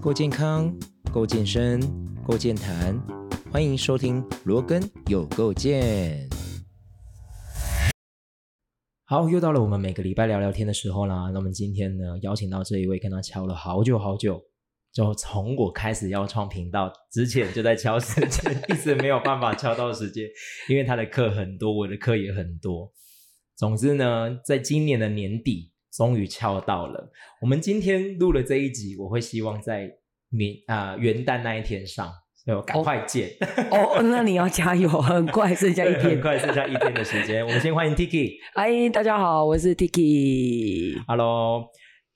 够健康，够健身，够健谈，欢迎收听罗根有够健。好，又到了我们每个礼拜聊聊天的时候啦。那我们今天呢，邀请到这一位跟他敲了好久好久，就从我开始要创频道之前就在敲时间， 一直没有办法敲到时间， 因为他的课很多，我的课也很多。总之呢，在今年的年底，终于敲到了。我们今天录了这一集，我会希望在明啊、元旦那一天上，所以我赶快 见。哦，那你要加油， 很快剩下一很天。快剩下一天的时间，我们先欢迎 Tiki。哎，大家好，我是 Tiki。 Hello，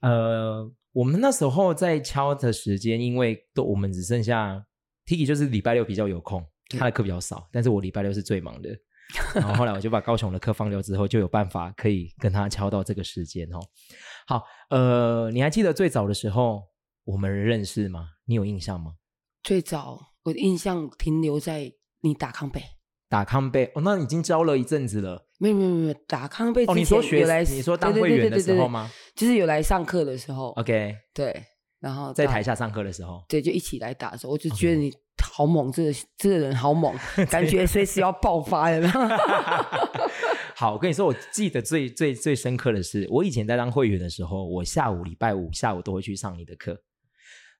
呃，我们那时候在敲的时间，因为都我们只剩下 Tiki，就是礼拜六比较有空，他的课比较少，但是我礼拜六是最忙 的。然后后来我就把高雄的课放掉之后，就有办法可以跟他敲到这个时间哦。好，呃，你还记得最早的时候我们认识吗？你有印象吗？最早我的印象停留在你打康贝，打康贝哦，那已经教了一阵子了。没有没有没有打康贝哦，你之说前学有来，你说当对会对员的对对时对候对吗就是有来上课的时候？OK，对，啊然后在到台下哦上课的时候，对就一起来打的时候，我就觉得你好猛，这个这个人 好猛，感觉随时要爆发了。 好，我跟你说，我记得最最最深刻的是，我以前在当会员的时候，我下午礼拜五下午都会去上你的课。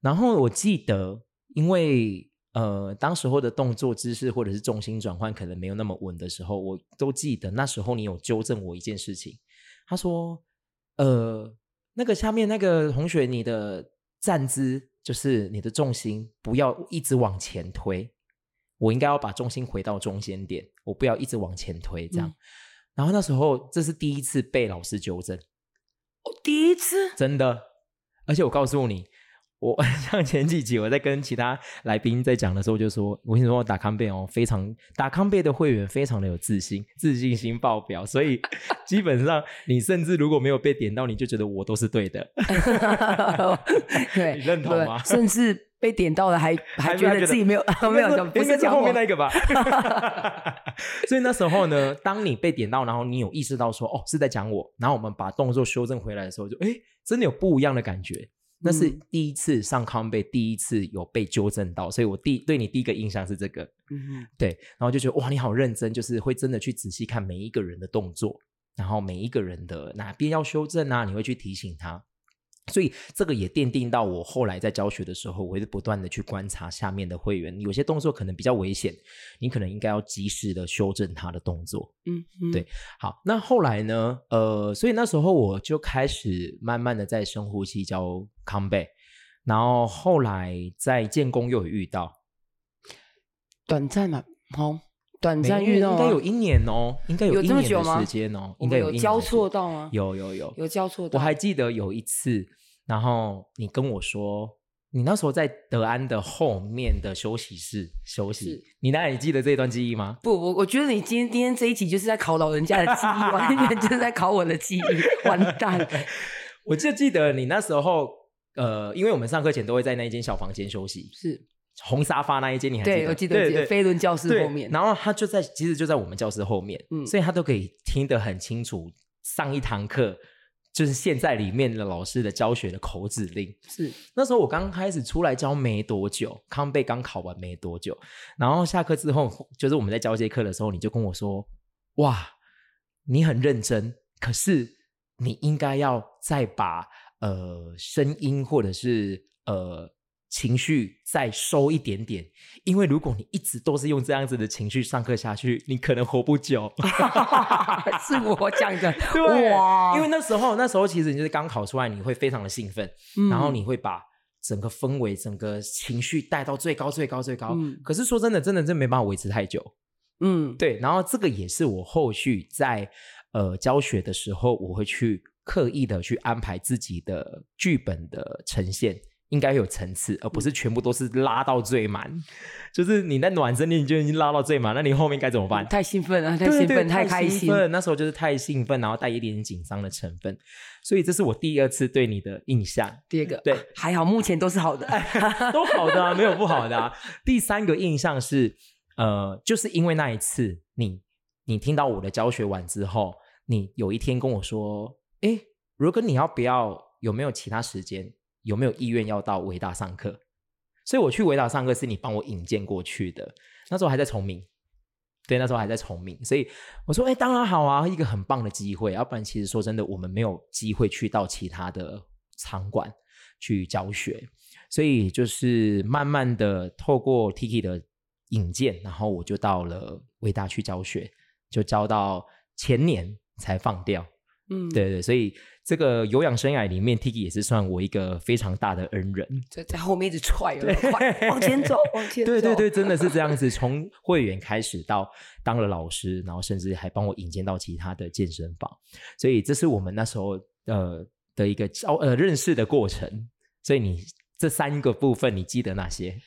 然后我记得，因为呃，当时候的动作姿势或者是重心转换可能没有那么稳的时候，我都记得那时候你有纠正我一件事情，他说，呃，那个下面那个同学，你的站姿就是你的重心不要一直往前推，我应该要把重心回到中间点，我不要一直往前推这样。嗯然后那时候这是第一次被老师纠正，我第一次 真的。而且我告诉你，我 像前几集我在跟其他来宾在讲的时候，就说，我跟你说，我打康贝哦，非常打康贝的会员非常的有自信，自信心爆表，所以 基本上你甚至如果没有被点到，你就觉得我都是对的。对，你认同对吗甚至被点到了还，还还没觉有得觉得自己 没有 没有讲，不应该是是讲后面我那个 吧。所以那时候呢，当你被点到，然后你有意识到说哦是在讲我，然后我们把动作修正回来的时候就，诶真的有不一样的感觉。那是嗯第一次上康贝，第一次有被纠正到，所以我第对你第一个印象是这个，嗯对，然后就觉得哇，你好认真，就是会真的去仔细看每一个人的动作，然后每一个人的哪边要修正啊，你会去提醒他。所以这个也奠定到我后来在教学的时候，我会不断的去观察下面的会员，有些动作可能比较危险，你可能应该要及时的修正他的动作。嗯嗯，对好，那后来呢？呃，所以那时候我就开始慢慢的在深呼吸教康贝，然后后来在建工又有遇到，短暂嘛，好、短没暂有遇到应啊该吗有一年哦，应该有一这么年久的吗时间哦，我应们该有一年交的时错间到吗有有有有交错到，我还记得有一次，然后你跟我说，你那时候在德安的后面的休息室休息是，你哪里记得这段记忆吗？不，我我觉得你今天今天这一集就是在考老人家的记忆， 完全就是在考我的记忆，完蛋。我就记得你那时候，呃，因为我们上课前都会在那一间小房间休息，是，红沙发那一间，你还记得？对，我记得，我记得对飞轮教室对后面，然后他就在，其实就在我们教室后面，嗯所以他都可以听得很清楚上一堂课就是现在里面的老师的教学的口指令。是那时候我刚开始出来教没多久，康贝刚考完没多久，然后下课之后，就是我们在交接课的时候，你就跟我说：“哇，你很认真，可是你应该要再把呃声音或者是呃情绪再收一点点，因为如果你一直都是用这样子的情绪上课下去，你可能活不久。” 是我讲的， 对，哇，因为那时候那时候其实你就是刚考出来，你会非常的兴奋，嗯然后你会把整个氛围、整个情绪带到最高、最高、最高。嗯可是说真的，真的真没办法维持太久。嗯，对，然后这个也是我后续在呃教学的时候，我会去刻意的去安排自己的剧本的呈现。应该有层次，而嗯不是全部都是拉到最满。就是你在暖身，你就已经拉到最满，那你后面该怎么办？太兴奋了，太对兴对奋，太开兴心，奋。那时候就是太兴奋，然后带一点紧张的成分，所以这是我第二次对你的印象，第二个，对啊还好，目前都是好的，都好的、啊，没有不好的、啊。第三个印象是，呃，就是因为那一次你你听到我的教学完之后，你有一天跟我说，诶，如果你要不要有没有其他时间？有没有意愿要到维大上课。所以我去维达上课是你帮我引荐过去的，那时候还在崇明，对，那时候还在崇明，所以我说，哎、当然好啊，一个很棒的机会，啊要不然其实说真的，我们没有机会去到其他的场馆去教学，所以就是慢慢的透过 Tiki 的引荐，然后我就到了维大去教学，就教到前年才放掉，嗯，，对对，所以这个有氧生涯里面，Tiki 也是算我一个非常大的恩人。在在后面一直踹，有没有快往前走，往前走，对对对，真的是这样子，从会员开始到当了老师，然后甚至还帮我引荐到其他的健身房，所以这是我们那时候呃的一个交呃认识的过程。所以你这三个部分，你记得哪些？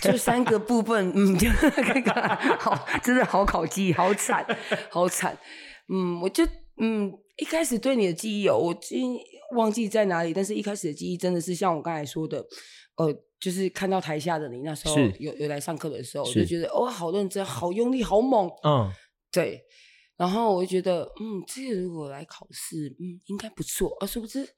就三个部分，嗯， 就那个好，真的好考记忆，好惨，好惨。嗯，我就嗯一开始对你的记忆有，我记忘记在哪里，但是一开始的记忆真的是像我刚才说的，呃，就是看到台下的你那时候是有有来上课的时候，我是就觉得哦，好认真，好用力，好猛，嗯，对。然后我就觉得，嗯，这个如果来考试，嗯，应该不错。啊，殊不 知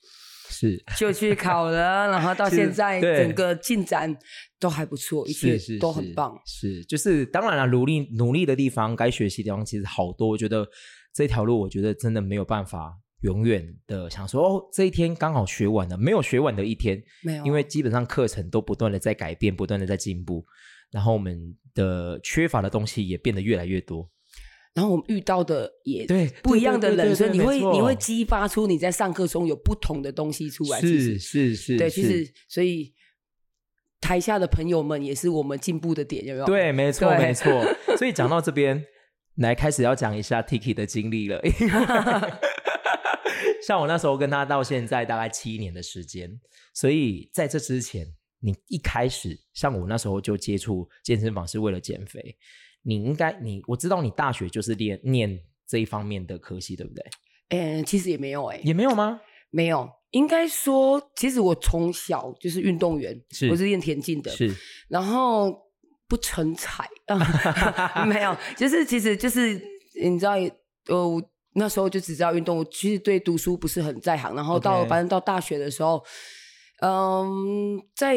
是就去考了，然后到是现在对整个进展都还不错，一切是是都很棒。是，是就是当然了，努力努力的地方，该学习的地方其实好多。我觉得这条路，我觉得真的没有办法永远的想说哦，这一天刚好学完了，没有学完的一天，没有啊因为基本上课程都不断的在改变，不断的在进步，然后我们的缺乏的东西也变得越来越多。然后我们遇到的也对不一样的对对人，对所以你对会没错你会激发出你在上课中有不同的东西出来。其是实是是，对，是其实所以台下的朋友们也是我们进步的点，有没有？，对，没错对没错。所以讲到这边， 来开始要讲一下 Tiki 的经历了。 因为像我那时候跟他到现在大概七年的时间，所以在这之前，你一开始像我那时候就接触健身房是为了减肥，你应该你我知道你大学就是练念这一方面的科系，对不对？嗯，其实也没有、欸，哎，也没有吗？没有。应该说，其实我从小就是运动员，是我是练田径的，是然后不成才，啊 没有，就是其实就是你知道，呃，我那时候就只知道运动，我其实对读书不是很在行。然后到 OK 反正到大学的时候，嗯，在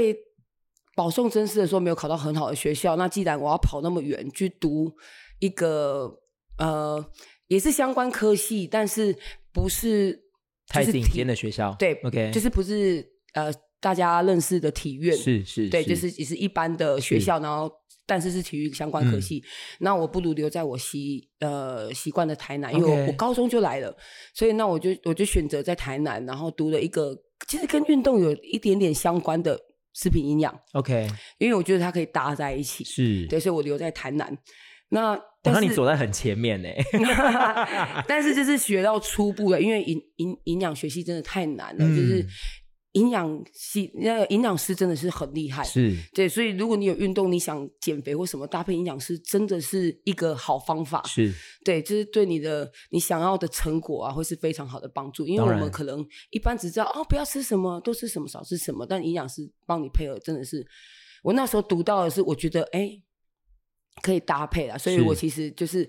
保送真试的时候没有考到很好的学校，那既然我要跑那么远去读一个呃也是相关科系，但是不是太就是顶体尖的学校，对，OK，就是不是呃大家认识的体院是是，对，就是也是一般的学是校，然后但是是体育相关科嗯系。那我不如留在我习呃习惯的台南，因为我 OK 我高中就来了，所以那我就我就选择在台南，然后读了一个其实跟运动有一点点相关的食品营养， OK，因为我觉得它可以搭在一起。是。对，所以我留在台南。 那哇但那是、你走在很前面呢、但是就是学到初步的，因为营营营养学系真的太难了，就是嗯营养系那个营养师真的是很厉 害，是对，所以如果你有运动，你想减肥或什么，搭配营养师真的是一个好方法。是，对，就是对你的你想要的成果啊，会是非常好的帮助。因为当我然们可能一般只知道哦，不要吃什么，多吃什么，少吃什么，但营养师帮你配合，真的是我那时候读到的是，我觉得哎，可以搭配啦。所以是我其实就是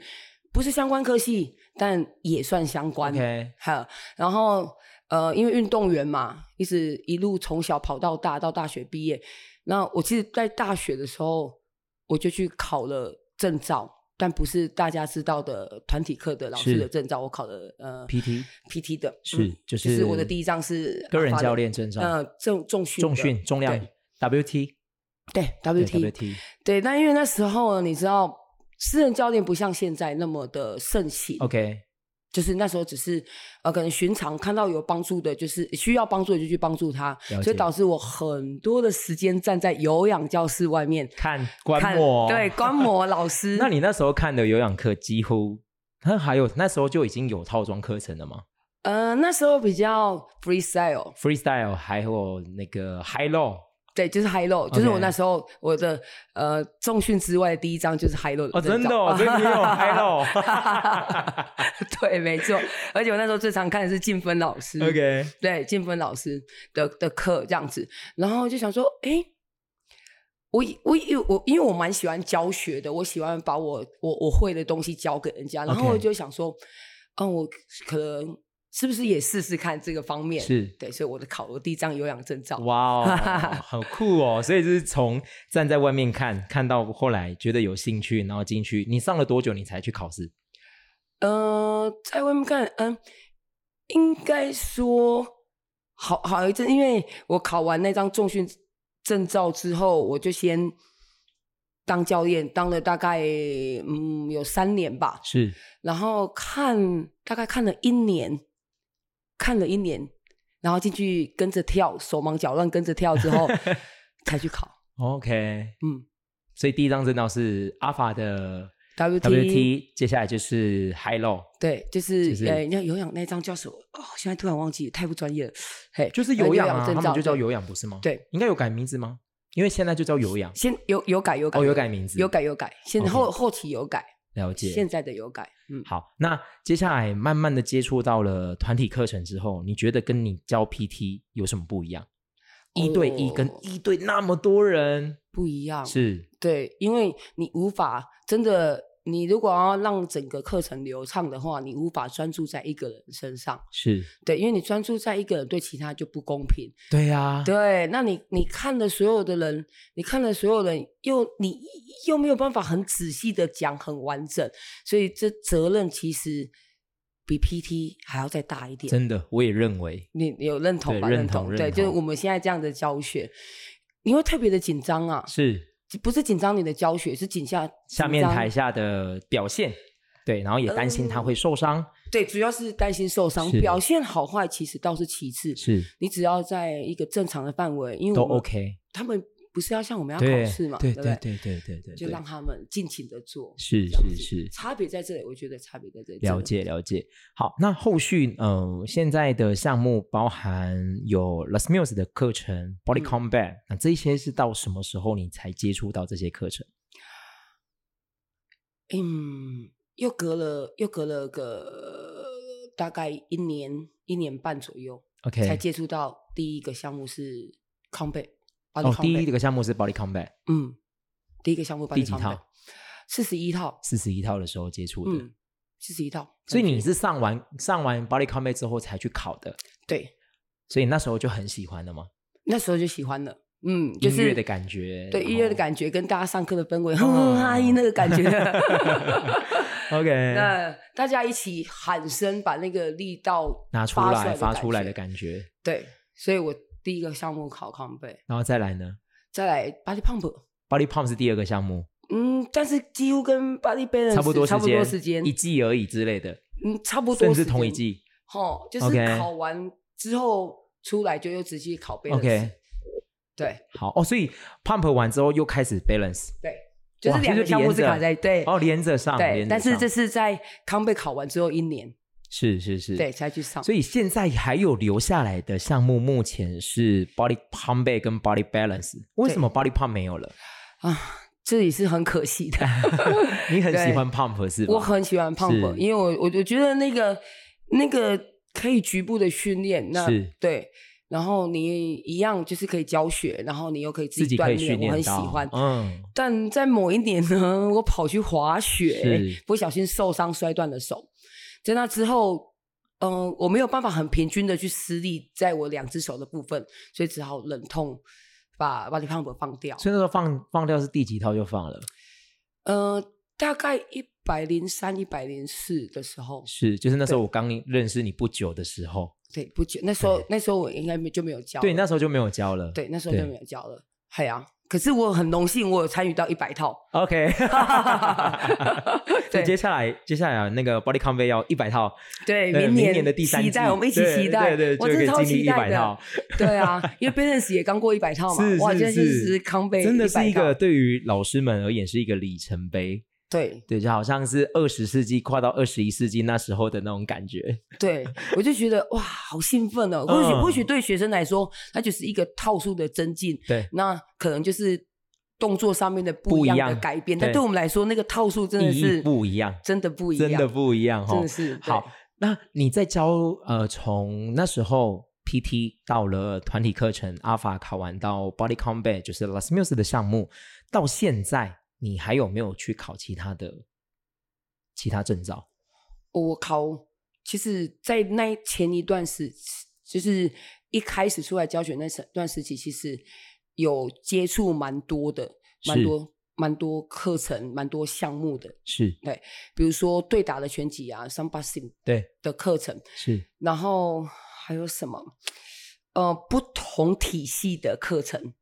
不是相关科系，但也算相关。 OK，好，然后呃，因为运动员嘛，一直一路从小跑到大，到大学毕业。那我其实，在大学的时候，我就去考了证照，但不是大家知道的团体课的老师是的证照，我考了呃 PT PT 的，是嗯就就是是我的第一张是个人 Alpha 的教练证照呃，重重训的重训重量 WT 对对 WT WT 对，但因为那时候呢，你知道。私人教练不像现在那么的盛行 OK 就是那时候只是呃，可能寻常看到有帮助的，就是需要帮助的就去帮助他了解，所以导致我很多的时间站在有氧教室外面看观看摩，哦对，嗯观摩老师。 那你那时候看的有氧课几乎，那还有那时候就已经有套装课程了吗呃那时候比较 freestyle， ？Freestyle 还有那个 High Low 对，就是 high low，就是 OK 我那时候我的呃重训之外的第一张就是 high low 的哦，真证的照哦，这个也 有 High 对，没错，而且我那时候最常看的是静芬老师。 Low，OK 对建芬老师的的课这样子，然后就想说，哎，我以我以我因为我蛮喜欢教学的，我喜欢把我我我会的东西教给人家，然后 OK 我就想说，嗯，我可能是不是也试试看这个方面？是对，所以我的考了第一张有氧证照。哇 哦，好酷哦！所以就是从站在外面看，看到后来觉得有兴趣，然后进去。你上了多久你才去考试？呃，在外面看，嗯、应该说好好一阵，因为我考完那张重训证照之后，我就先当教练，当了大概嗯有三年吧，是然后看大概看了一年，看了一年，然后进去跟着跳，手忙脚乱跟着跳之后才去考， OK，嗯所以第一张证照是阿法的 WT WT，接下来就是 High Low，对，就是就是呃，那有氧那张叫什么？哦，现在突然忘记，太不专业了。嘿，呃就是有氧啊，证他照们就叫对有氧，不是吗？，对，应该有改名字吗？因为现在就叫有氧，先有有改有改哦，有改名字，有改有改，现 OK 后后期有改，了解。现在的有改，嗯，好，那接下来慢慢的接触到了团体课程之后，你觉得跟你教 PT 有什么不一样？一对一跟哦一对那么多人，不一样。是对，因为你无法真的，你如果要让整个课程流畅的话，你无法专注在一个人身上。是，对，因为你专注在一个人，对其他就不公平。对啊呀，对，那你你看了所有的人，你看了所有人，又你又没有办法很仔细的讲很完整，所以这责任其实比 PT 还要再大一点。真的，我也认为你你有认同对吧？认同，同认对，就是同我们现在这样的教学，你会特别的紧张啊，是不是紧张你的教学，是紧下下紧面张台下的表现，对，然后也担心他会受伤，对，主要是担心受伤，是的表现好坏其实倒是其次，是你只要在一个正常的范围，因为都我们 OK，他们不是要像我们要对考试嘛，对不对对对对对，就对让他们尽情的做，是这样是子是差别在这里，我觉得差别在这里，真了的解了解。好，那后续呃，现在的项目包含有 Las Mills 的课程、Body 嗯 Combat，、那这些是到什么时候你才接触到这些课程？嗯，又隔了又隔了个呃大概一年一年半左右 OK 才接触到第一个项目是 combat，body 哦，第 combat 一个项目是 Body Combat，嗯，第一个项目 body 第几 combat 套？四十一套，四十一套的时候接触的。嗯，四十一套，所以你是上完上完 Body Combat 之后才去考的，对所以那时候就很喜欢的嘛，那时候就喜欢了，嗯，就音是乐的感觉，对音乐的感觉跟大家上课的氛围， 哦哼阿姨那个感觉。 觉。OK，那大家一起喊声，把那个力道拿出发来发觉出来的感觉，对，所以我第一个项目考康贝，然后再来呢再来 body pump， ，Body Pump 是第二个项目，嗯，但是几乎跟 body balance 差不多差不多时时间间，一季而已之类的。嗯，差不多甚至时间同一，季。哦，就是 OK 考完之后出来就又直接考 balance， OK，对好哦，所以 pump 完之后又开始 balance，对，就哇是两这个就项目连是着卡在对哦，连着上，对，连着但是上这是在康贝考完之后一年，是是是，对，。才去上，所以现在还有留下来的项目，目前是 body pump back 跟 body balance。为什么 body pump 没有了？啊，这也是很 可惜的。你很喜对欢 pump 是吧？我很喜欢胖是本，因为我我我觉得那个那个可以局部的训练，那是对，然后你一样就是可以教学，然后你又可以自自己己可锻以训炼，练我到，很喜欢。嗯，但在某一年呢，我跑去滑雪是，不小心受伤摔断了手。在那之后，嗯、我没有办法很平均的去施力在我两只手的部分，所以只好忍痛把把你胖本放掉。所以那时候放放掉是第几套就放了，呃，大概一百零三、一百零四的时候，是就是那时候对我刚认识你不久的时候，对，不久那时候那时候我应该没就没有教了，对，那时候就没有教了，哦对那时候就没有教了，嘿啊！可是我很荣幸，我有参与到一百套， OK，所以对接下来接下来啊那个 Body Convey 要一百套，对，呃明明年的第三季期待我们一起对期待，对对我就可以真的超经历期待100的套，对 啊，因为 Balance 也刚过一百套嘛，哇，真的是康贝真的是一100套个对于老师们而言是一个里程碑，对对，就好像是二十世纪跨到二十一世纪那时候的那种感觉，对，我就觉得哇，好兴奋 哦！或许嗯或许对学生来说，它就是一个套数的增进，对，那可能就是动作上面的不不一一样的样改变，对但对我们来说，那个套数真的意义是不一样，真的不一样，真的不一样真哈的。是对好，那你在教呃，从那时候 PT 到了团体课程，阿法考完到 Body Combat 就是 Las Mills 的项目，到现在你还有没有去考其他的其他证照？我考其实，在那前一段时，就是一开始出来教学那时段时期，其实有接触蛮多的，蛮是多蛮多课程，蛮多项目的，是比如说对打的拳击啊 s a m b a s i m 对的课程，是然后还有什么？呃，不同体系的课程，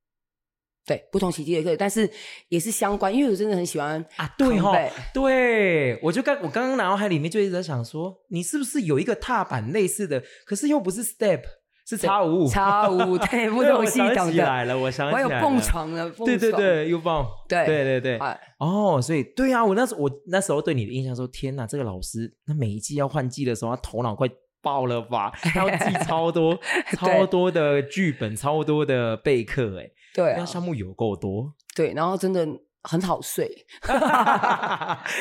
对，不同体系的课，但是也是相关，因为我真的很喜欢啊，对哈、 combat 对，我就刚我刚刚脑海里面就一直在想说，你是不是有一个踏板类似的，可是又不是 step，是叉五五叉 五五，对，不对同我系想统起的，来了我想还有起来蹦了床的，蹦对对床，对，又棒，对对对对，哎，哦，所以对啊，我那时候我那时候对你的印象说，天哪，这个老师，那每一季要换季的时候，他头脑快爆了吧？他要 记超多、超多的剧本，超多的备课，哎，对那啊，项目有够 多，对，然后真的很好睡，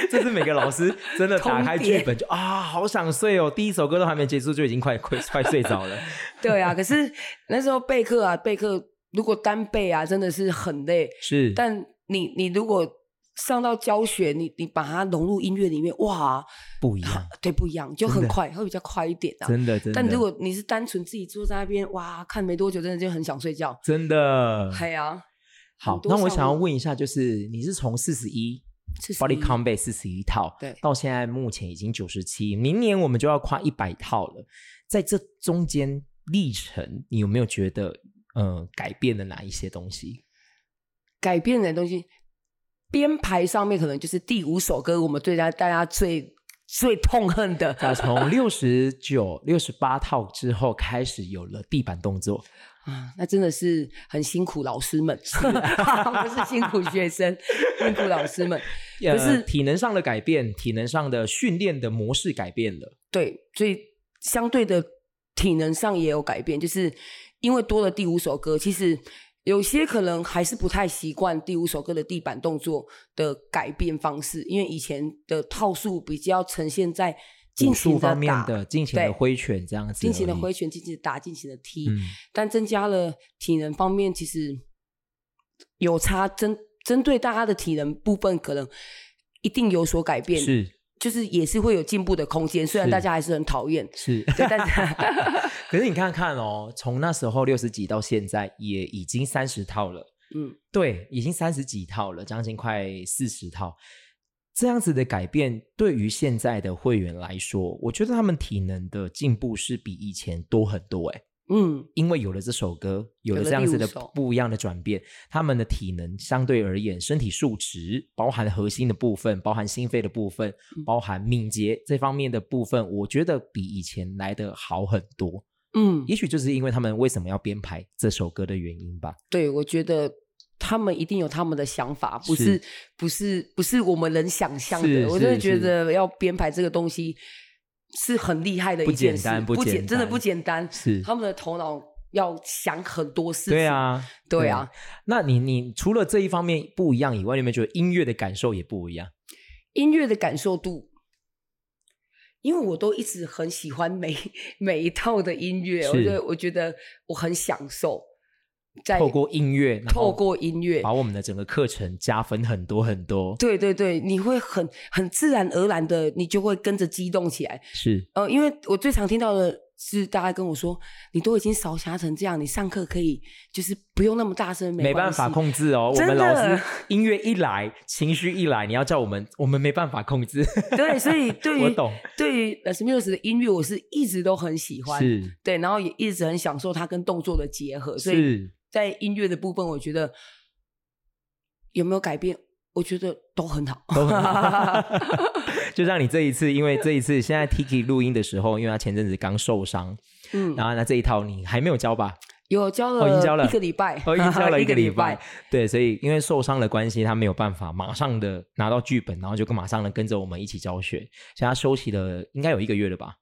这是每个老师真的打通开牒剧本就啊，好想睡哦，第一首歌都还没结束就已经快快快睡着了， 对啊。可是那时候备课啊，备课如果单备啊，真的是很累。是， 但你你如果上到教学，你你把它融入音乐里面，哇，不一 样，对，不一样，就真很的快，会比较快一点啊。真的真的。但如果你是单纯自己坐在那边，哇，看没多久，真的就很想睡觉。真的嗨呀，嗯好很，多那我项想要目问一下，就是你是从四十一41 Body Combat 四十一套，对到现在目前已经九十七，明年我们就要跨一百套了。在这中间历程，你有没有觉得呃改变了哪一些东西？改变的东西，编排上面可能就是第五首歌，我们对大家大家最最痛恨的，那 从六十九、六十八套之后开始有了地板动作，啊，那真的是很辛苦老师们， 不是辛苦学生，辛苦老师们。呃可是体能上的改变，体能上的训练的模式改变了，对，所以相对的体能上也有改变，就是因为多了第五首歌，其实有些可能还是不太习惯第五首歌的地板动作的改变方式，因为以前的套数比较呈现在尽武情术的方面打、的尽情的对挥拳这样子而已，尽情的挥拳、尽情的打、尽情的踢，嗯，但增加了体能方面，其实有差针针对大家的体能部分，可能一定有所改变，是就是也是会有进步的空间。虽然是大家还是很 讨厌，是。对，但是可是你看看哦，从那时候六十几到现在，也已经三十套了。嗯，对，已经三十几套了，将近快四十套。这样子的改变，对于现在的会员来说，我觉得他们体能的进步是比以前多很多哎、嗯，因为有了这首歌，有了有了这样子第的五首不一样的转变，他们的体能相对而言，身体素质包含核心的部分，包含心肺的部分，嗯包含敏捷这方面的部分，我觉得比以前来的好很多。嗯，也许就是因为他们为什么要编排这首歌的原因吧。对，我觉得他们一定有他们的想法，不是是不是不是我们能想象是的。我真的是觉是得要编排这个东西是很厉害的不一件简事，单不简真的单不简单。是他们的头脑要想很多事情。对，啊，对啊。那你你除了这一方面不一样以外，你有没有觉得音乐的感受也不一样？音乐的感受度。因为我都一直很喜欢每 每一套的音乐，我是觉得我觉得我很享受在透过音乐，然后透过音乐把我们的整个课程加分很多很多。对对对，你会很很自然而然的，你就会跟着激动起来。是呃，因为我最常听到的是大家跟我说，你都已经少侠成这样，你上课可以就是不用那么大声，没办法关系。控制哦，我真们的老师音乐一来，情绪一来，你要叫我们，我们没办法控制。对，所以 对我于懂，对于 s m i l s 的音乐，我是一直都很喜欢，是对，然后也一直很享受它跟动作的结合，所以是，在音乐的部分，我觉得有没有改变，我觉得都很 好，都很 好就像你这一次，因为这一次现在 Tiki 录音的时候，因为他前阵子刚受伤，嗯，然后那这一套你还没有教吧？有教哦已经教了一个礼拜，我已经教 了一个礼拜拜，，对，所以因为受伤的关系，他没有办法马上的拿到剧本，然后就马上的跟着我们一起教学，所以他休息了应该有一个月了吧？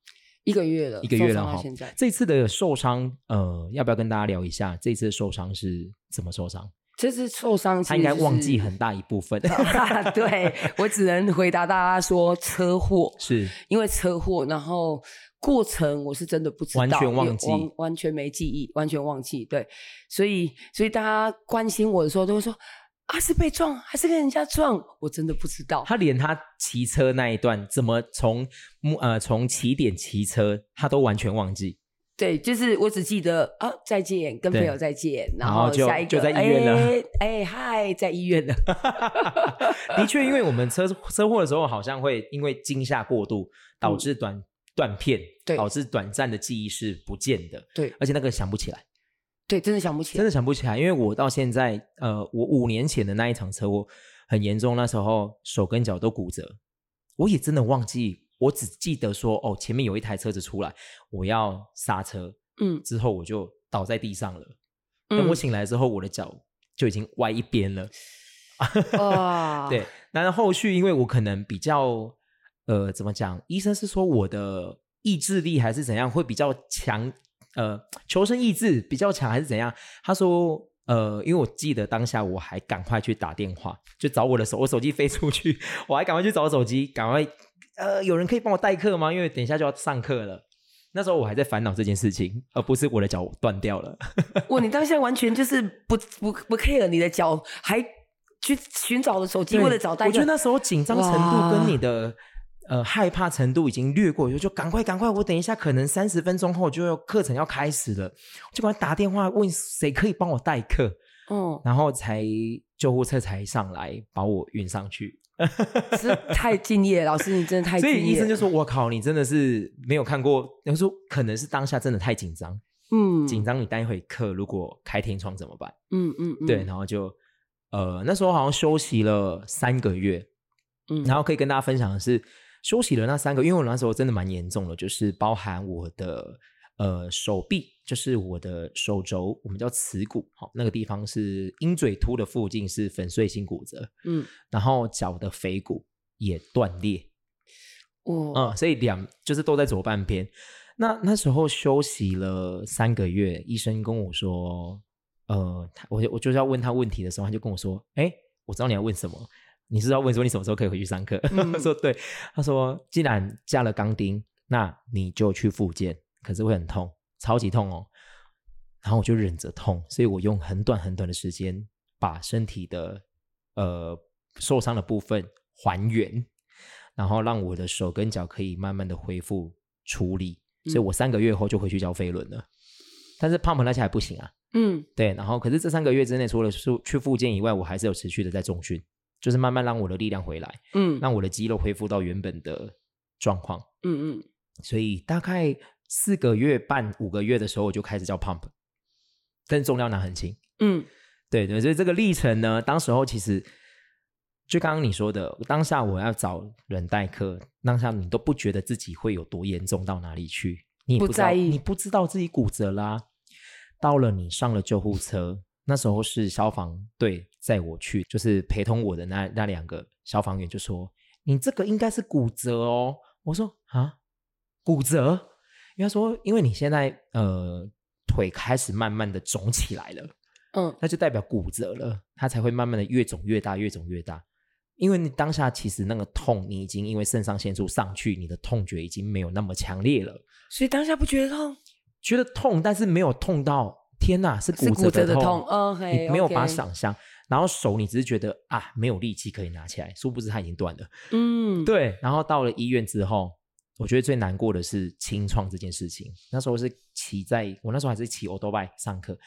一个月了，一个月受了伤到哈现在。这次的受伤，呃，要不要跟大家聊一下？这次的受伤是怎么受伤？这次受伤，他应该忘记。很大一部分， 对我只能回答大家说车祸， 是因为车祸，然后过程我是真的不知道，完全忘记也完完全没记忆，完全忘记。对，所以所以大家关心我的时候都会说啊，是被撞还是跟人家撞？我真的不知道。他连他骑车那一段怎么从目呃从起点骑车，他都完全忘记。对，就是我只记得啊，再见，跟朋友再见，然然后就下一个就在医院了哎哎嗨，在医院了。 的确，因为我们车车祸的时候，好像会因为惊吓过度导致短、断片，嗯对导致短暂的记忆是不见的，对而且那个想不起来，对，真的想不起真来。的想不起来。因为我到现在，呃，我五年前的那一场车祸很严重，那时候手跟脚都骨折，我也真的忘记，我只记得说，哦，前面有一台车子出来，我要刹车，嗯之后我就倒在地上了。等嗯我醒来之后，我的脚就已经歪一边了。哇，对，但是后续因为我可能比较呃怎么讲，医生是说我的意志力还是怎样会比较强，呃，求生意志比较强还是怎样？他说。呃，因为我记得当下我还赶快去打电话，就找我的手，我手机飞出去， 我还赶快去找手机，赶快呃，有人可以帮我代课吗？因为等一下就要上课了。那时候我还在烦恼这件事情，而不是我的脚断掉了。哇，你当下完全就是不不不 care 你的脚，还去寻找了手机，对为了找代我觉得课。那时候紧张程度跟你的呃害怕程度已经略过，就就赶快赶快，我等一下可能三十分钟后就要课程要开始了，就赶快打电话问谁可以帮我代课，嗯，然后才救护车才上来把我运上去。是太敬业，老师你真的太所敬业。以医生就说：“我靠，你真的是没有看过。”他说：“可能是当下真的太紧张，嗯紧张你待会课如果开天窗怎么办？”嗯嗯嗯，对，然后就呃那时候好像休息了三个月，嗯然后可以跟大家分享的是，休息了那三个，因为我那时候真的蛮严重的，就是包含我的呃手臂，就是我的手肘，我们叫尺骨，好、那个地方是鹰嘴突的附近是粉碎性骨折，嗯然后脚的腓骨也断裂，我嗯，所以两就是都在左半边。那那时候休息了三个月，医生跟我说，呃，他我就我就是要问他问题的时候，他就跟我说，哎，我知道你要问什么，你是不是要问说你什么时候可以回去上课？嗯我说对，他说既然加了钢钉，那你就去复健，可是会很痛，超级痛哦。然后我就忍着痛，所以我用很短很短的时间把身体的呃受伤的部分还原，然后让我的手跟脚可以慢慢的恢复处理，所以我三个月后就回去教飞轮了。但是胖胖那些还不行啊，嗯对，然后可是这三个月之内，除了是去复健以外，我还是有持续的在重训，就是慢慢让我的力量回来，嗯嗯让我的肌肉恢复到原本的状况。嗯所以大概四个月半、五个月的时候，我就开始叫 pump，但是重量拿很轻。嗯对对，所以这个历程呢，当时候其实就刚刚你说的，当下我要找人代课，当下你都不觉得自己会有多严重到哪里去，你也不知道在意你不知道自己骨折啦。到了你上了救护车，那时候是消防队载我去，就是陪同我的那那两个消防员就说：“你这个应该是骨折哦。”我说：“啊，骨折？”因为他说：“因为你现在呃腿开始慢慢的肿起来了。”嗯那就代表骨折了，它才会慢慢的越肿越大，越肿越大。因为你当下其实那个痛，你已经因为肾上腺素上去，你的痛觉已经没有那么强烈了，所以当下不觉得痛，觉得痛，但是没有痛到天哪，是是骨骨折折的的痛，痛。嗯，嘿你没有 OK 把它想象。然后手你只是觉得啊没有力气可以拿起来，殊不知它已经断了。嗯，对，然后到了医院之后，我觉得最难过的是清创这件事情。那时候是骑在，我那时候还是骑欧多拜上课，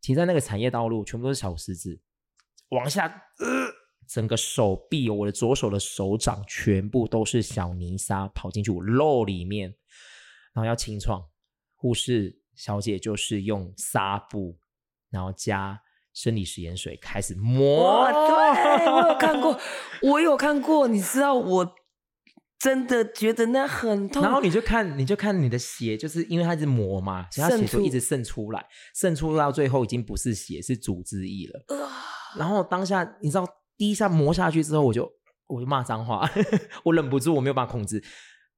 骑在那个产业道路，全部都是小石子，往下，呃、整个手臂，我的左手的手掌全部都是小泥沙跑进去我肉里面，然后要清创，护士小姐就是用纱布，然后加。生理食盐水开始磨，哇，哦对我有看过，我有看过，你知道我真的觉得那很痛。然后你就看，你就看你的血，就是因为它一直磨嘛，所以它血渗就一出直渗出来，渗出到最后已经不是血，是组织液了。呃啊然后当下你知道，第一下磨下去之后，我就我就骂脏话， 我忍不住，我没有办法控制。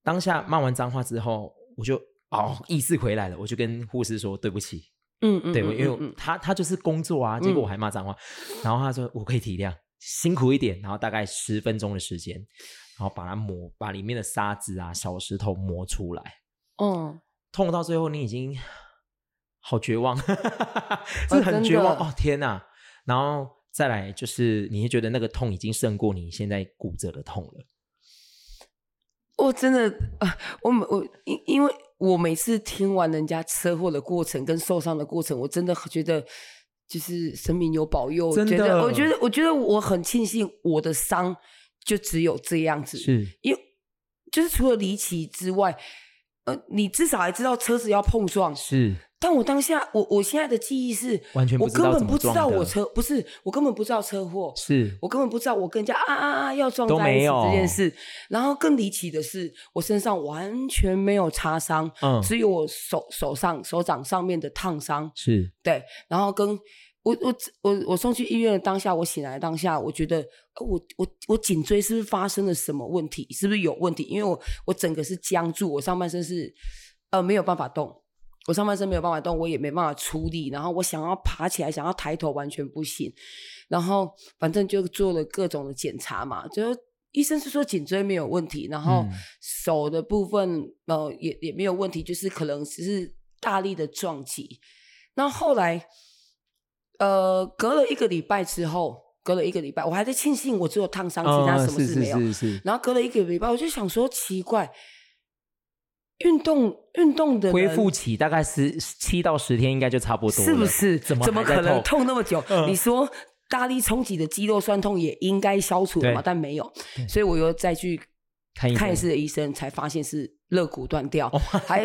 当下骂完脏话之后，我就哦意识回来了，我就跟护士说对不起，嗯嗯，对，嗯我因为嗯我嗯他他就是工作啊，结果我还骂脏话，然后他说我可以体谅，辛苦一点，然后大概十分钟的时间，然后把它磨，把里面的沙子啊、小石头磨出来，哦，痛到最后你已经好绝望， 哦这很绝望哦真的哦天哪！然后再来就是你会觉得那个痛已经胜过你现在骨折的痛了。我真的啊，我每我因因为我每次听完人家车祸的过程跟受伤的过程，我真的觉得就是神明有保佑，真觉得的我觉得我觉得我很庆幸我的伤就只有这样子，是，因为就是除了离奇之外，呃，你至少还知道车子要碰撞，是但我当下我我现在的记忆是，完全不我知根道本怎么不知撞道的我车不是我根本不知道车祸，是我根本不知道我跟人家啊啊啊要撞都在一没起有这件事。然后更离奇的是，我身上完全没有擦伤，嗯只有我手手上手掌上面的烫伤。是对，然后跟我我我我送去医院的当下，我醒来的当下，我觉得呃我我我颈椎是不是发生了什么问题？是不是有问题？因为我我整个是僵住，我上半身是呃没有办法动。我上半身没有办法动，我也没办法出力，然后我想要爬起来，想要抬头，完全不行。然后反正就做了各种的检查嘛，就医生是说颈椎没有问题，然后嗯手的部分呃也也没有问题，就是可能只是大力的撞击。那后来呃隔了一个礼拜之后，隔了一个礼拜，我还在庆幸我只有烫伤，其他嗯什么是事是没有。是是，然后隔了一个礼拜，我就想说奇怪，运动运动的恢人复期大概是七到十天，应该就差不多了，是不是？怎怎么还在可能痛？痛那么久？嗯你说大力冲击的肌肉酸痛也应该消除了嘛？对但没有对，所以我又再去看医看一生 Oh 次的医生，才发现是肋骨断掉。还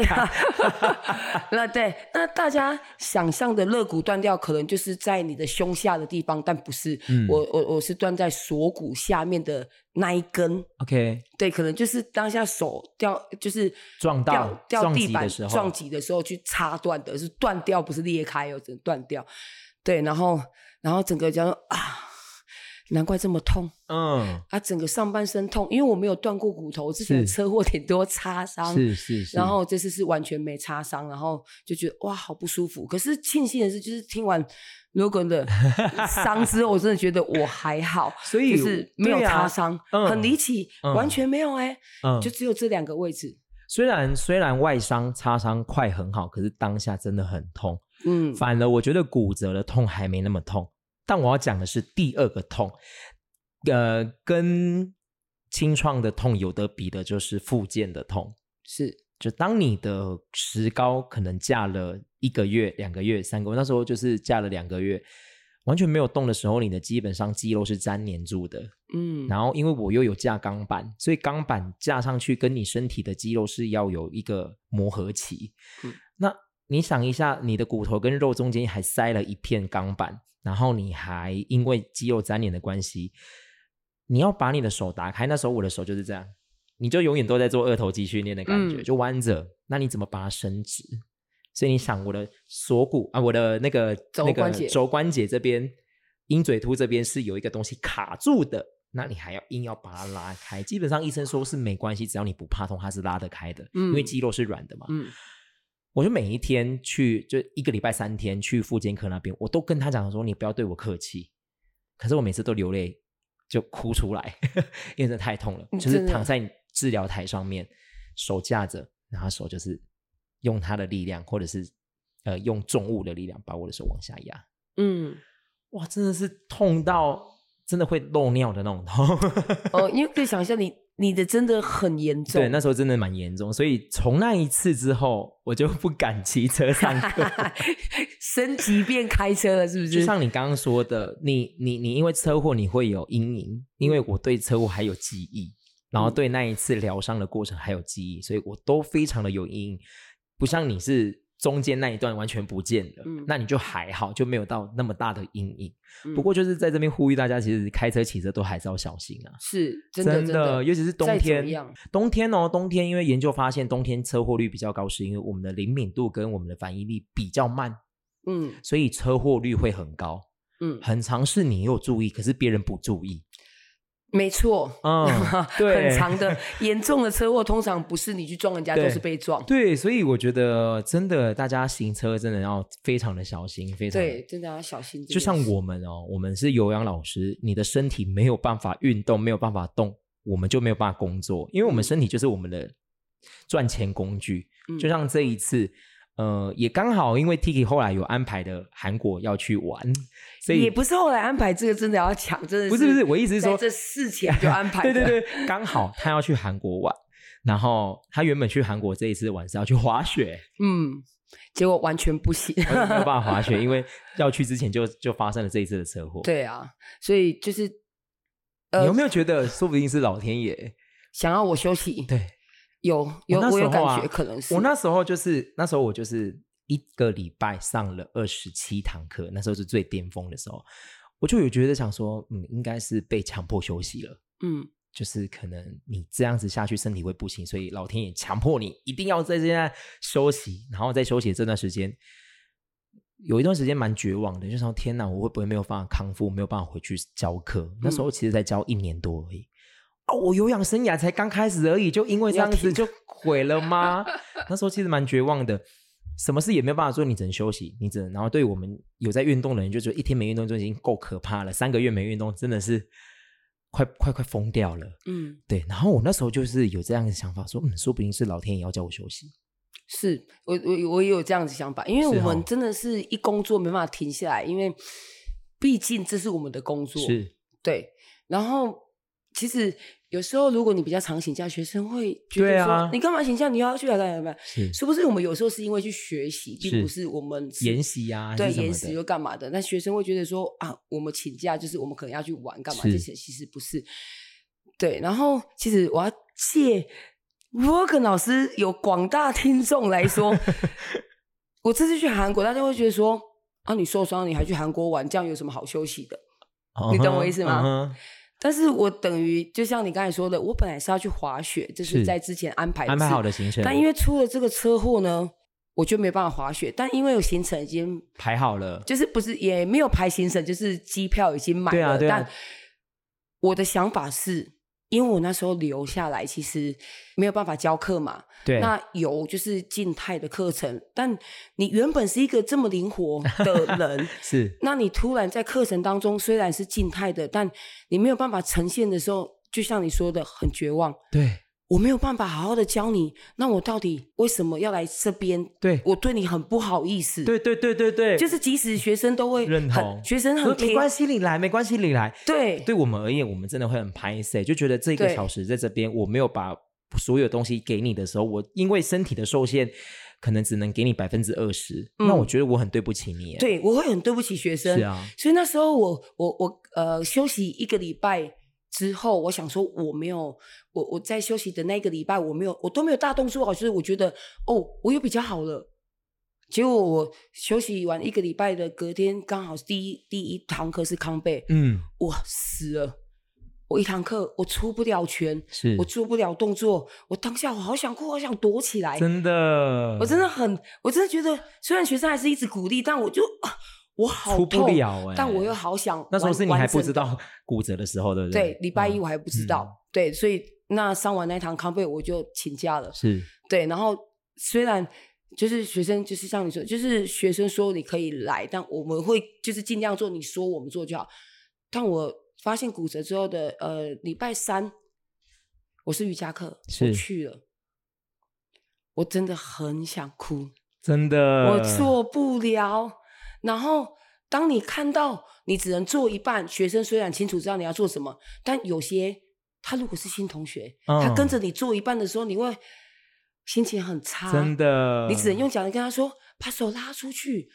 那对，那大家想象的肋骨断掉，可能就是在你的胸下的地方，但不是。嗯我我我是断在锁骨下面的那一根。 OK，对，可能就是当下手掉，就是撞到掉掉撞地击板的时候撞击的时候去插断的，是断掉，不是裂开哦，只能断掉。对，然后然后整个叫啊，难怪这么痛嗯，啊，整个上半身痛，因为我没有断过骨头，之前是车祸挺多擦伤，是是是，然后这次是完全没擦伤，然后就觉得哇，好不舒服。可是庆幸的是，就是听完 Logan 的伤之后，我真的觉得我还好，所以就是没有对啊擦伤，嗯很离奇，嗯完全没有哎、嗯就只有这两个位置。虽然虽然外伤擦伤快很好，可是当下真的很痛。嗯，反而我觉得骨折的痛还没那么痛，但我要讲的是第二个痛，呃，跟清创的痛有得比的就是复健的痛。是就当你的石膏可能架了一个月、两个月、三个月，那时候就是架了两个月，完全没有动的时候，你的基本上肌肉是粘黏住的。嗯，然后因为我又有架钢板，所以钢板架上去跟你身体的肌肉是要有一个磨合期。嗯那你想一下，你的骨头跟肉中间还塞了一片钢板，然后你还因为肌肉粘连的关系，你要把你的手打开，那时候我的手就是这样，你就永远都在做二头肌训练的感觉，嗯就弯着，那你怎么把它伸直？所以你想，我的锁骨啊，我的那个肘那个嗯关节肘关节这边，鹰嘴突这边是有一个东西卡住的，那你还要硬要把它拉开。基本上医生说是没关系，只要你不怕痛，它是拉得开的，嗯因为肌肉是软的嘛。嗯我就每一天去，就一个礼拜三天去复健科那边，我都跟他讲说，你不要对我客气。可是我每次都流泪，就哭出来，因为真的太痛了，嗯就是真的躺在治疗台上面，手架着，然后手就是用他的力量，或者是呃用重物的力量把我的手往下压。嗯，哇，真的是痛到真的会漏尿的那种痛。 哦，因为可以想象你你的真的很严重，对，那时候真的蛮严重，所以从那一次之后，我就不敢骑车上 课。升级变开车了，是不？就是像你刚刚说的，你你你因为车祸你会有阴影，因为我对车祸还有记忆，然后嗯对那一次疗伤的过程还有记忆，所以我都非常的有阴影。不像你是中间那一段完全不见了，嗯那你就还好，就没有到那么大的阴影。嗯不过就是在这边呼吁大家，其实开车、骑车都还是要小心啊。是真的的，尤其是冬再怎么天样，冬天哦，冬天因为研究发现，冬天车祸率比较高，是因为我们的灵敏度跟我们的反应力比较慢，嗯所以车祸率会很高。嗯，很常是你有注意，可是别人不注 意。没错，嗯对很 长的严重的车祸，通常不是你去撞人家，对都是被撞。对，所以我觉得真的，大家行车真的要非常的小心，非常地对，真的要小心这就件事。像我们哦，我们是有氧老师，你的身体没有办法运动，没有办法动，我们就没有办法工作，因为我们身体就是我们的赚钱工具。嗯就像这一次，呃，也刚好因为 Tiki 后来有安排的韩国要去玩，所以也不是后来安排这个，真的要抢，真的不是不是，我意思是在说这事前就安排 对的，对对，刚好他要去韩国玩，然后他原本去韩国这一次玩是要去滑雪，嗯，结果完全 不行。完全没有办法滑雪，因为要去之前就就发生了这一次的车祸。，对呃啊，所以就是你有没有觉得说不定是老天爷？想要我休息，对有有那我有时感候啊觉，可能是我那时候就是那时候我就是一个礼拜上了二十七堂课，那时候是最巅峰的时候，我就有觉得想说，嗯，应该是被强迫休息了。嗯就是可能你这样子下去身体会不行，所以老天爷强迫你一定要在现在休息，然后在休息的这段时间，有一段时间蛮绝望的，就想天哪，我会不会没有办法康复，没有办法回去教课？那时候其实才教一年多而已。哦，我有氧生涯才刚开始而已，就因为这样子你要就毁了吗？那时候其实蛮绝望的，什么事也没有办法做，你只能休息，你只能。然后对我们有在运动的人，就觉得一天没运动就已经够可怕了，三个月没运动真的是快快快疯掉了。嗯，对，然后我那时候就是有这样的想法，说嗯，说不定是老天爷要叫我休息。是我我我也有这样子想法，因为是我哦们真的是一工作没办法停下来，因为毕竟这是我们的工作，是，对。然后其实有时候如果你比较常请假，学生会觉对得说、啊你干嘛请假？你要去哪干嘛？是是不是我们有时候是因为去学习，是并不是我们是研习呀、啊，对还是什么延的时又干嘛的？那学生会觉得说啊，我们请假就是我们可能要去玩干嘛？这是些其实不是。对，然后其实我要借 Morgan 老师有广大听众 来说，我这次去韩国，大家会觉得说啊，你受伤你还去韩国玩，这样有什么好休息的？你懂我意思吗？嗯哼嗯哼但是我等于就像你刚才说的，我本来是要去滑雪，这是是在之前安排安排好的的事，行程，但因为出了这个车祸呢，我就没办法滑雪。但因为有行程已经排好了，就是不是也没有排行程，就是机票已经买了。对啊对啊但我的想法是，因为我那时候留下来，其实没有办法教课嘛。对，，那有就是静态的课程，但你原本是一个这么灵活的人 是那你突然在课程当中虽然是静态的，但你没有办法呈现的时候，就像你说的，很绝望。对我没有办法好好的教你，那我到底为什么要来这边？对我对你很不好意思。对对对对对，就是即使学生都会认很同学生说很没贴，关系，你来，没关系，你来。对对我们而言，我们真的会很拍塞，就觉得这个对小时在这边，我没有把所有东西给你的时候，我因为身体的受限，可能只能给你百分之二十，那嗯我觉得我很对不起你耶。对我会很对不起学生。是啊，所以那时候我我我呃休息一个礼拜之后，我想说我没有我我在休息的那个礼拜我没有我都没有大动作啊，就是我觉得哦我又比较好了。结果我休息完一个礼拜的隔天，刚好是第一第一堂课是康贝，嗯，我死了！我一堂课我出不了拳，是我做不了动作，我当下我好想哭，好想躲起来，真的，我真的很，我真的觉得，虽然学生还是一直鼓励，但我就、啊我好出痛不了哎、但我又好想那时候完是你还不完整知道骨折的时候，对不对对，礼拜一嗯我还不知道，嗯对，所以那上完那一堂康贝我就请假了，是对，然后虽然就是学生就是像你说，就是学生说你可以来，但我们会就是尽量做你说我们做就好，但我发现骨折之后的呃礼拜三，我是瑜伽课，我是去了，我真的很想哭。真的，我做不了。然后，当你看到你只能做一半，学生虽然清楚知道你要做什么，但有些他如果是新同学，他嗯跟着你做一半的时候，你会心情很差，真，的，啊你只能用脚跟他说把手拉出去。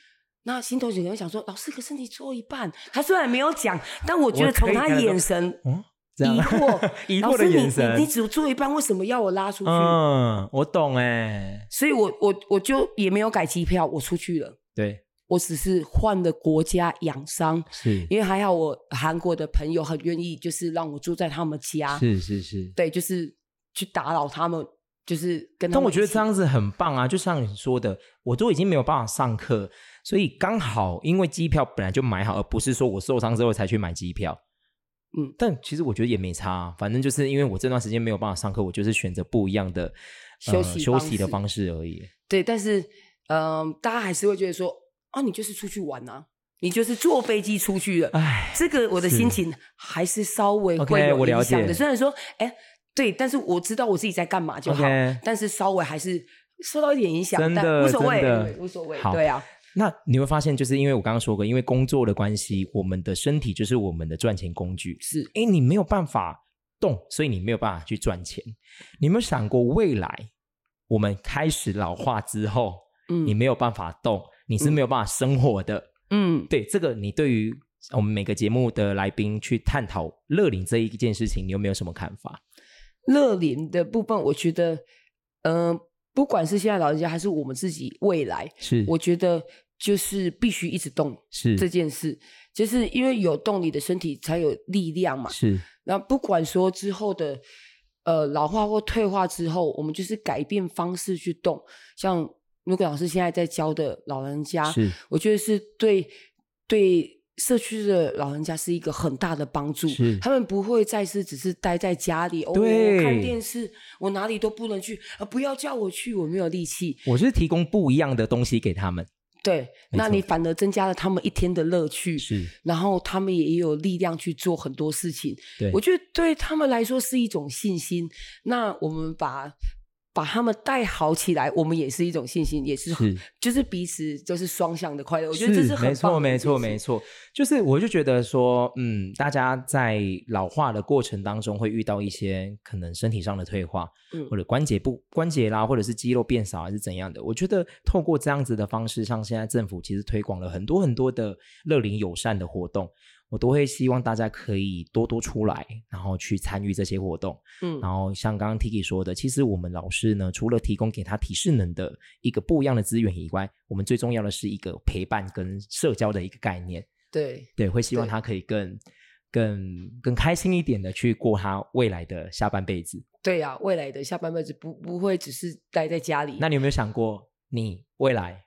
那新同学可能想说，老师可是你做一半，他虽然没有讲，但我觉我得从可以他看得眼懂神嗯疑这样惑，疑老惑的师你眼神你你只做一半，为什么要我拉出去？嗯，我懂哎，所以我我我就也没有改机票，我出去了。对，我只是换了国家养伤，是因为还好我韩国的朋友很愿意，就是让我住在他们家，是是是。对，就是去打扰他们，就是跟他但们我一起。觉得这样子很棒啊，就像你说的，我都已经没有办法上课，所以刚好因为机票本来就买好，而不是说我受伤之后才去买机票。嗯，但其实我觉得也没差、啊，反正就是因为我这段时间没有办法上课，我就是选择不一样的、呃休息休息的方方式而已。对，但是嗯、呃大家还是会觉得说，啊，你就是出去玩啊，你就是坐飞机出去了，唉，这个我的啊是心情还是稍微 OK，会有我了影响的。解虽然说，哎，对，但是我知道我自己在干嘛就好 OK 但是稍微还是受到一点影响，真的但无所真的谓，无所谓好，对啊，那你会发现，就是因为我刚刚说过，因为工作的关系，我们的身体就是我们的赚钱工具。是哎，你没有办法动，所以你没有办法去赚钱。你有没有想过，未来我们开始老化之后，嗯你没有办法动，你是没有办法生活的？嗯对，这个你对于我们每个节目的来宾去探讨乐龄这一件事情，你有没有什么看法？乐龄的部分，我觉得，呃，不管是现在老人家还是我们自己未来，是，我觉得就是必须一直动是这件事，就是因为有动，你的身体才有力量嘛。是那不管说之后的呃老化或退化之后，我们就是改变方式去动。像如果老师现在在教的老人家，是我觉得是对对社区的老人家是一个很大的帮助是。他们不会再是只是待在家里，哦，我对看电视，我哪里都不能去，啊，不要叫我去，我没有力气。我是提供不一样的东西给他嗯们。对，没那错你反而增加了他们一天的乐趣。是，然后他们也有力量去做很多事情，对，我觉得对他们来说是一种信心。那我们把把他们带好起来，我们也是一种信心，也是是就是彼此就是双向的快乐。我觉得这很没错，棒的没一件错，事没错。就是我就觉得说，嗯，大家在老化的过程当中会遇到一些可能身体上的退化，嗯或者关节不关节啦，或者是肌肉变少还是怎样的。我觉得透过这样子的方式，像现在政府其实推广了很多很多的乐龄友善的活动，我都会希望大家可以多多出来，然后去参与这些活动。嗯然后像刚刚 Tiki 说的，其实我们老师呢，除了提供给他体适能的一个不一样的资源以外，我们最重要的是一个陪伴跟社交的一个概念。对，对，会希望对他可以更、更、更开心一点的去过他未来的下半辈子。对呀、未来的下半辈子不不会只是待在家里。那你有没有想过，你未来，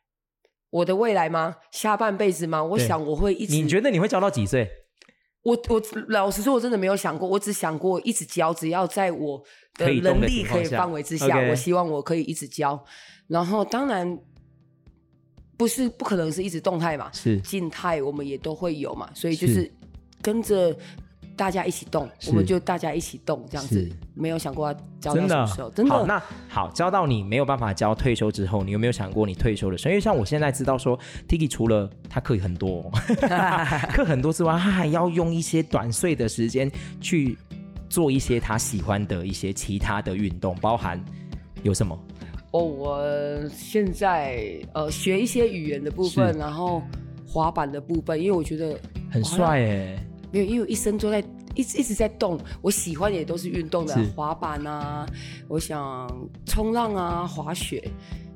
我的未来吗？下半辈子吗？我对想我会一直。你觉得你会教到几岁？我我老实说，我真的没有想过，我只想过一直教，只要在我可的以动能的力情可况以下范围之 OK 我希望我可以一直教。然后当然不是不可能是一直动态嘛，是静态我们也都会有嘛，所以就是是跟着大家一起动，是我们就大家一起动这样子是，没有想过要教到真什的啊么时候，真好，的。那好，教到你没有办法教退休之后，你有没有想过你退休的时候？因为像我现在知道说，Tiki 除了他课很多、 哦，课很多之外，他还要用一些短碎的时间去做一些他喜欢的一些其他的运动，包含有什么？哦，我现在呃学一些语言的部分，是然后滑板的部分，因为我觉得很好像帅欸耶，没有，因为我一生都在一直一直在动，我喜欢的也都是运动的是，滑板啊，我想冲浪啊，滑雪，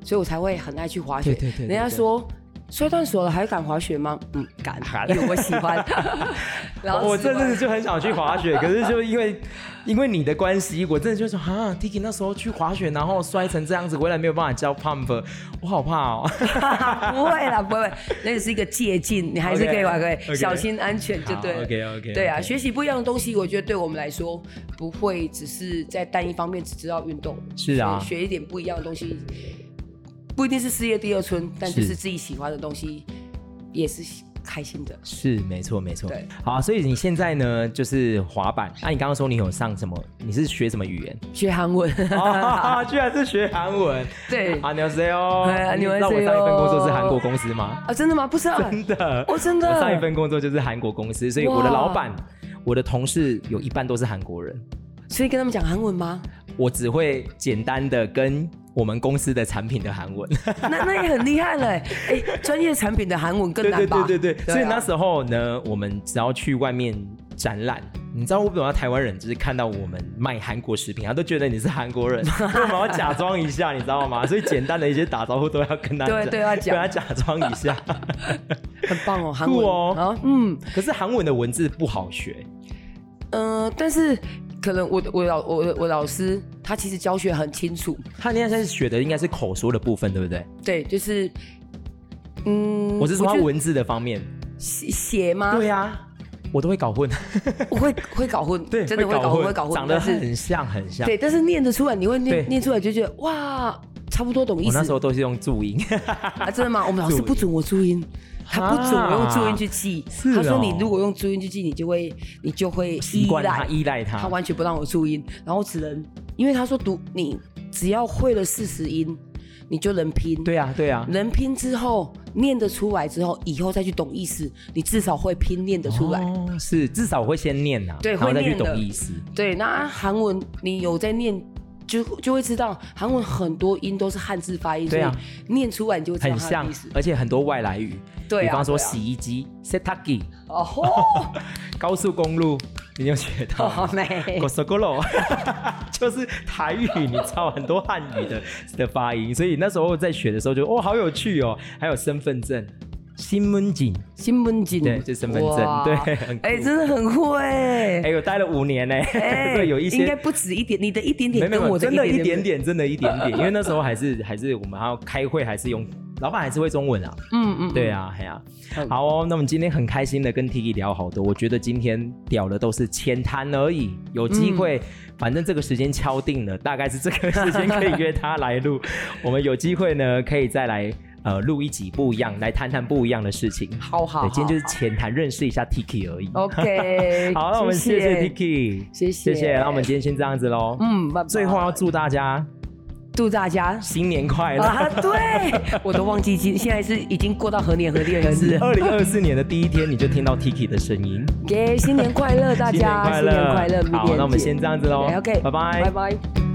所以我才会很爱去滑雪。对对对对人家说摔断手了还敢滑雪吗？嗯，敢，敢因为我喜 欢。 然后我之这阵外子就很想去滑雪，可是就因为 因为你的关系，我真的就说啊，Tiki 那时候去滑雪，然后摔成这样子，回来没有办法教 Pump，我好怕哦。 不会啦，不会，那个是一个借鉴，你还是可以玩，可以 OK，OK 小心安全就 对了。 OK OK，对啊，学习不一样的东西，我觉得对我们来说不会只是在单一方面只知道运动，是啊学学一点不一样的东西，不一定是事业第二春，但是就是自己喜欢的东西，也是开心 的。是没错没错对。好，所以你现在呢就是滑板，那、你刚刚说你有上什么？你是学什么语 言？学韩文， 哦，居然是学韩 文。对啊，你要谁哦？哎呀你知 안녕하 道我 세요 上一份工作是韩国公司吗？啊，真的吗？不是啊，真的，哦真的我上一份工作就是韩国公司，所以我的哇老板、我的同事有一半都是韩国人。所以跟他们讲韩文吗？我只会简单的跟我们公司的产品的韩文。那那也很厉害嘞，哎，专业产品的韩文更对对难吧？对对对，所以啊那时候呢，我们只要去外面展览，你知道为什么台湾人就是看到我们卖韩国食品，他都觉得你是韩国人，所以我们要假装一下，你知道吗？所以简单的一些打招呼都要跟他对对要讲跟他假装一下。很棒哦，韩啊酷文哦啊，嗯。可是韩文的文字不好学，嗯，但是可能我的我老我的我老师他其实教学很清楚，他现在是学的应该是口说的部分，对不对？对，就是嗯，我是说他觉得文字的方面。写写吗？对啊，我都会搞混，我会会搞混，对，真的会搞混，会搞混，长得但是很像很像。对，但是念得出来，你会对念念出来就觉得哇，差不多懂意我那时思候都是用注音。啊，真的吗？我们老师注音不准我 注音。他不准我用注音去记，是哦他说你如果用注音去记，你就会你就会习惯他，依依赖赖他，他完全不让我注音，然后只能，因为他说读你只要会了四十音，你就能拼。对啊，对啊，能拼之后念得出来之后，以后再去懂意思，你至少会拼念得出来。哦、是至少我会先念呐、啊，对然后会再去念懂的意思。对，那韩文你有在念，就就会知道韩文很多音都是汉字发音，对啊所以念出来你就会知道很它的像意思，。而且很多外来语，对啊比方说对啊洗衣机 （setaki）、 哦吼，高速公路，你有学到吗 好 美 g o，s o g o l o 就是台语，你知道很多汉语的的发音，所以那时候在学的时候就哦，好有趣哦。还有身份证，新门警，新闻景，对，就身份证，哇对，很酷哎、真的很会哎、哎，我 待了五年呢，哎 对，有一应些该不止一点，你的一点点没跟有没我有，真的一一点点，点，真的一点点，因为那时候还是还是我们还要开会，还是用老板还是会中文啊，嗯嗯，对啊，哎呀、嗯好哦，那我们今天很开心的跟 Tiki 聊好多，我觉得今天聊的都是浅谈而已，有机会，嗯反正这个时间敲定了，大概是这个时间可以约他来 录，我们有机会呢可以再来呃录一集不一样，来谈谈不一样的事情。好好好对，今天就是浅谈认识一下 Tiki 而已。OK，好，那我们谢谢 Tiki，谢谢谢谢，那我们今天先这样子喽。嗯，拜拜最后要啊祝大家祝大家新年快乐。 啊，对，我都忘记今现在是已经过到何年何月 了，是。二零二四年的第一天，你就听到 Tiki 的声音。耶新年快乐，大新年家快乐，新年快乐，明好，天那我们见先这样子喽。 OK，拜拜，拜拜。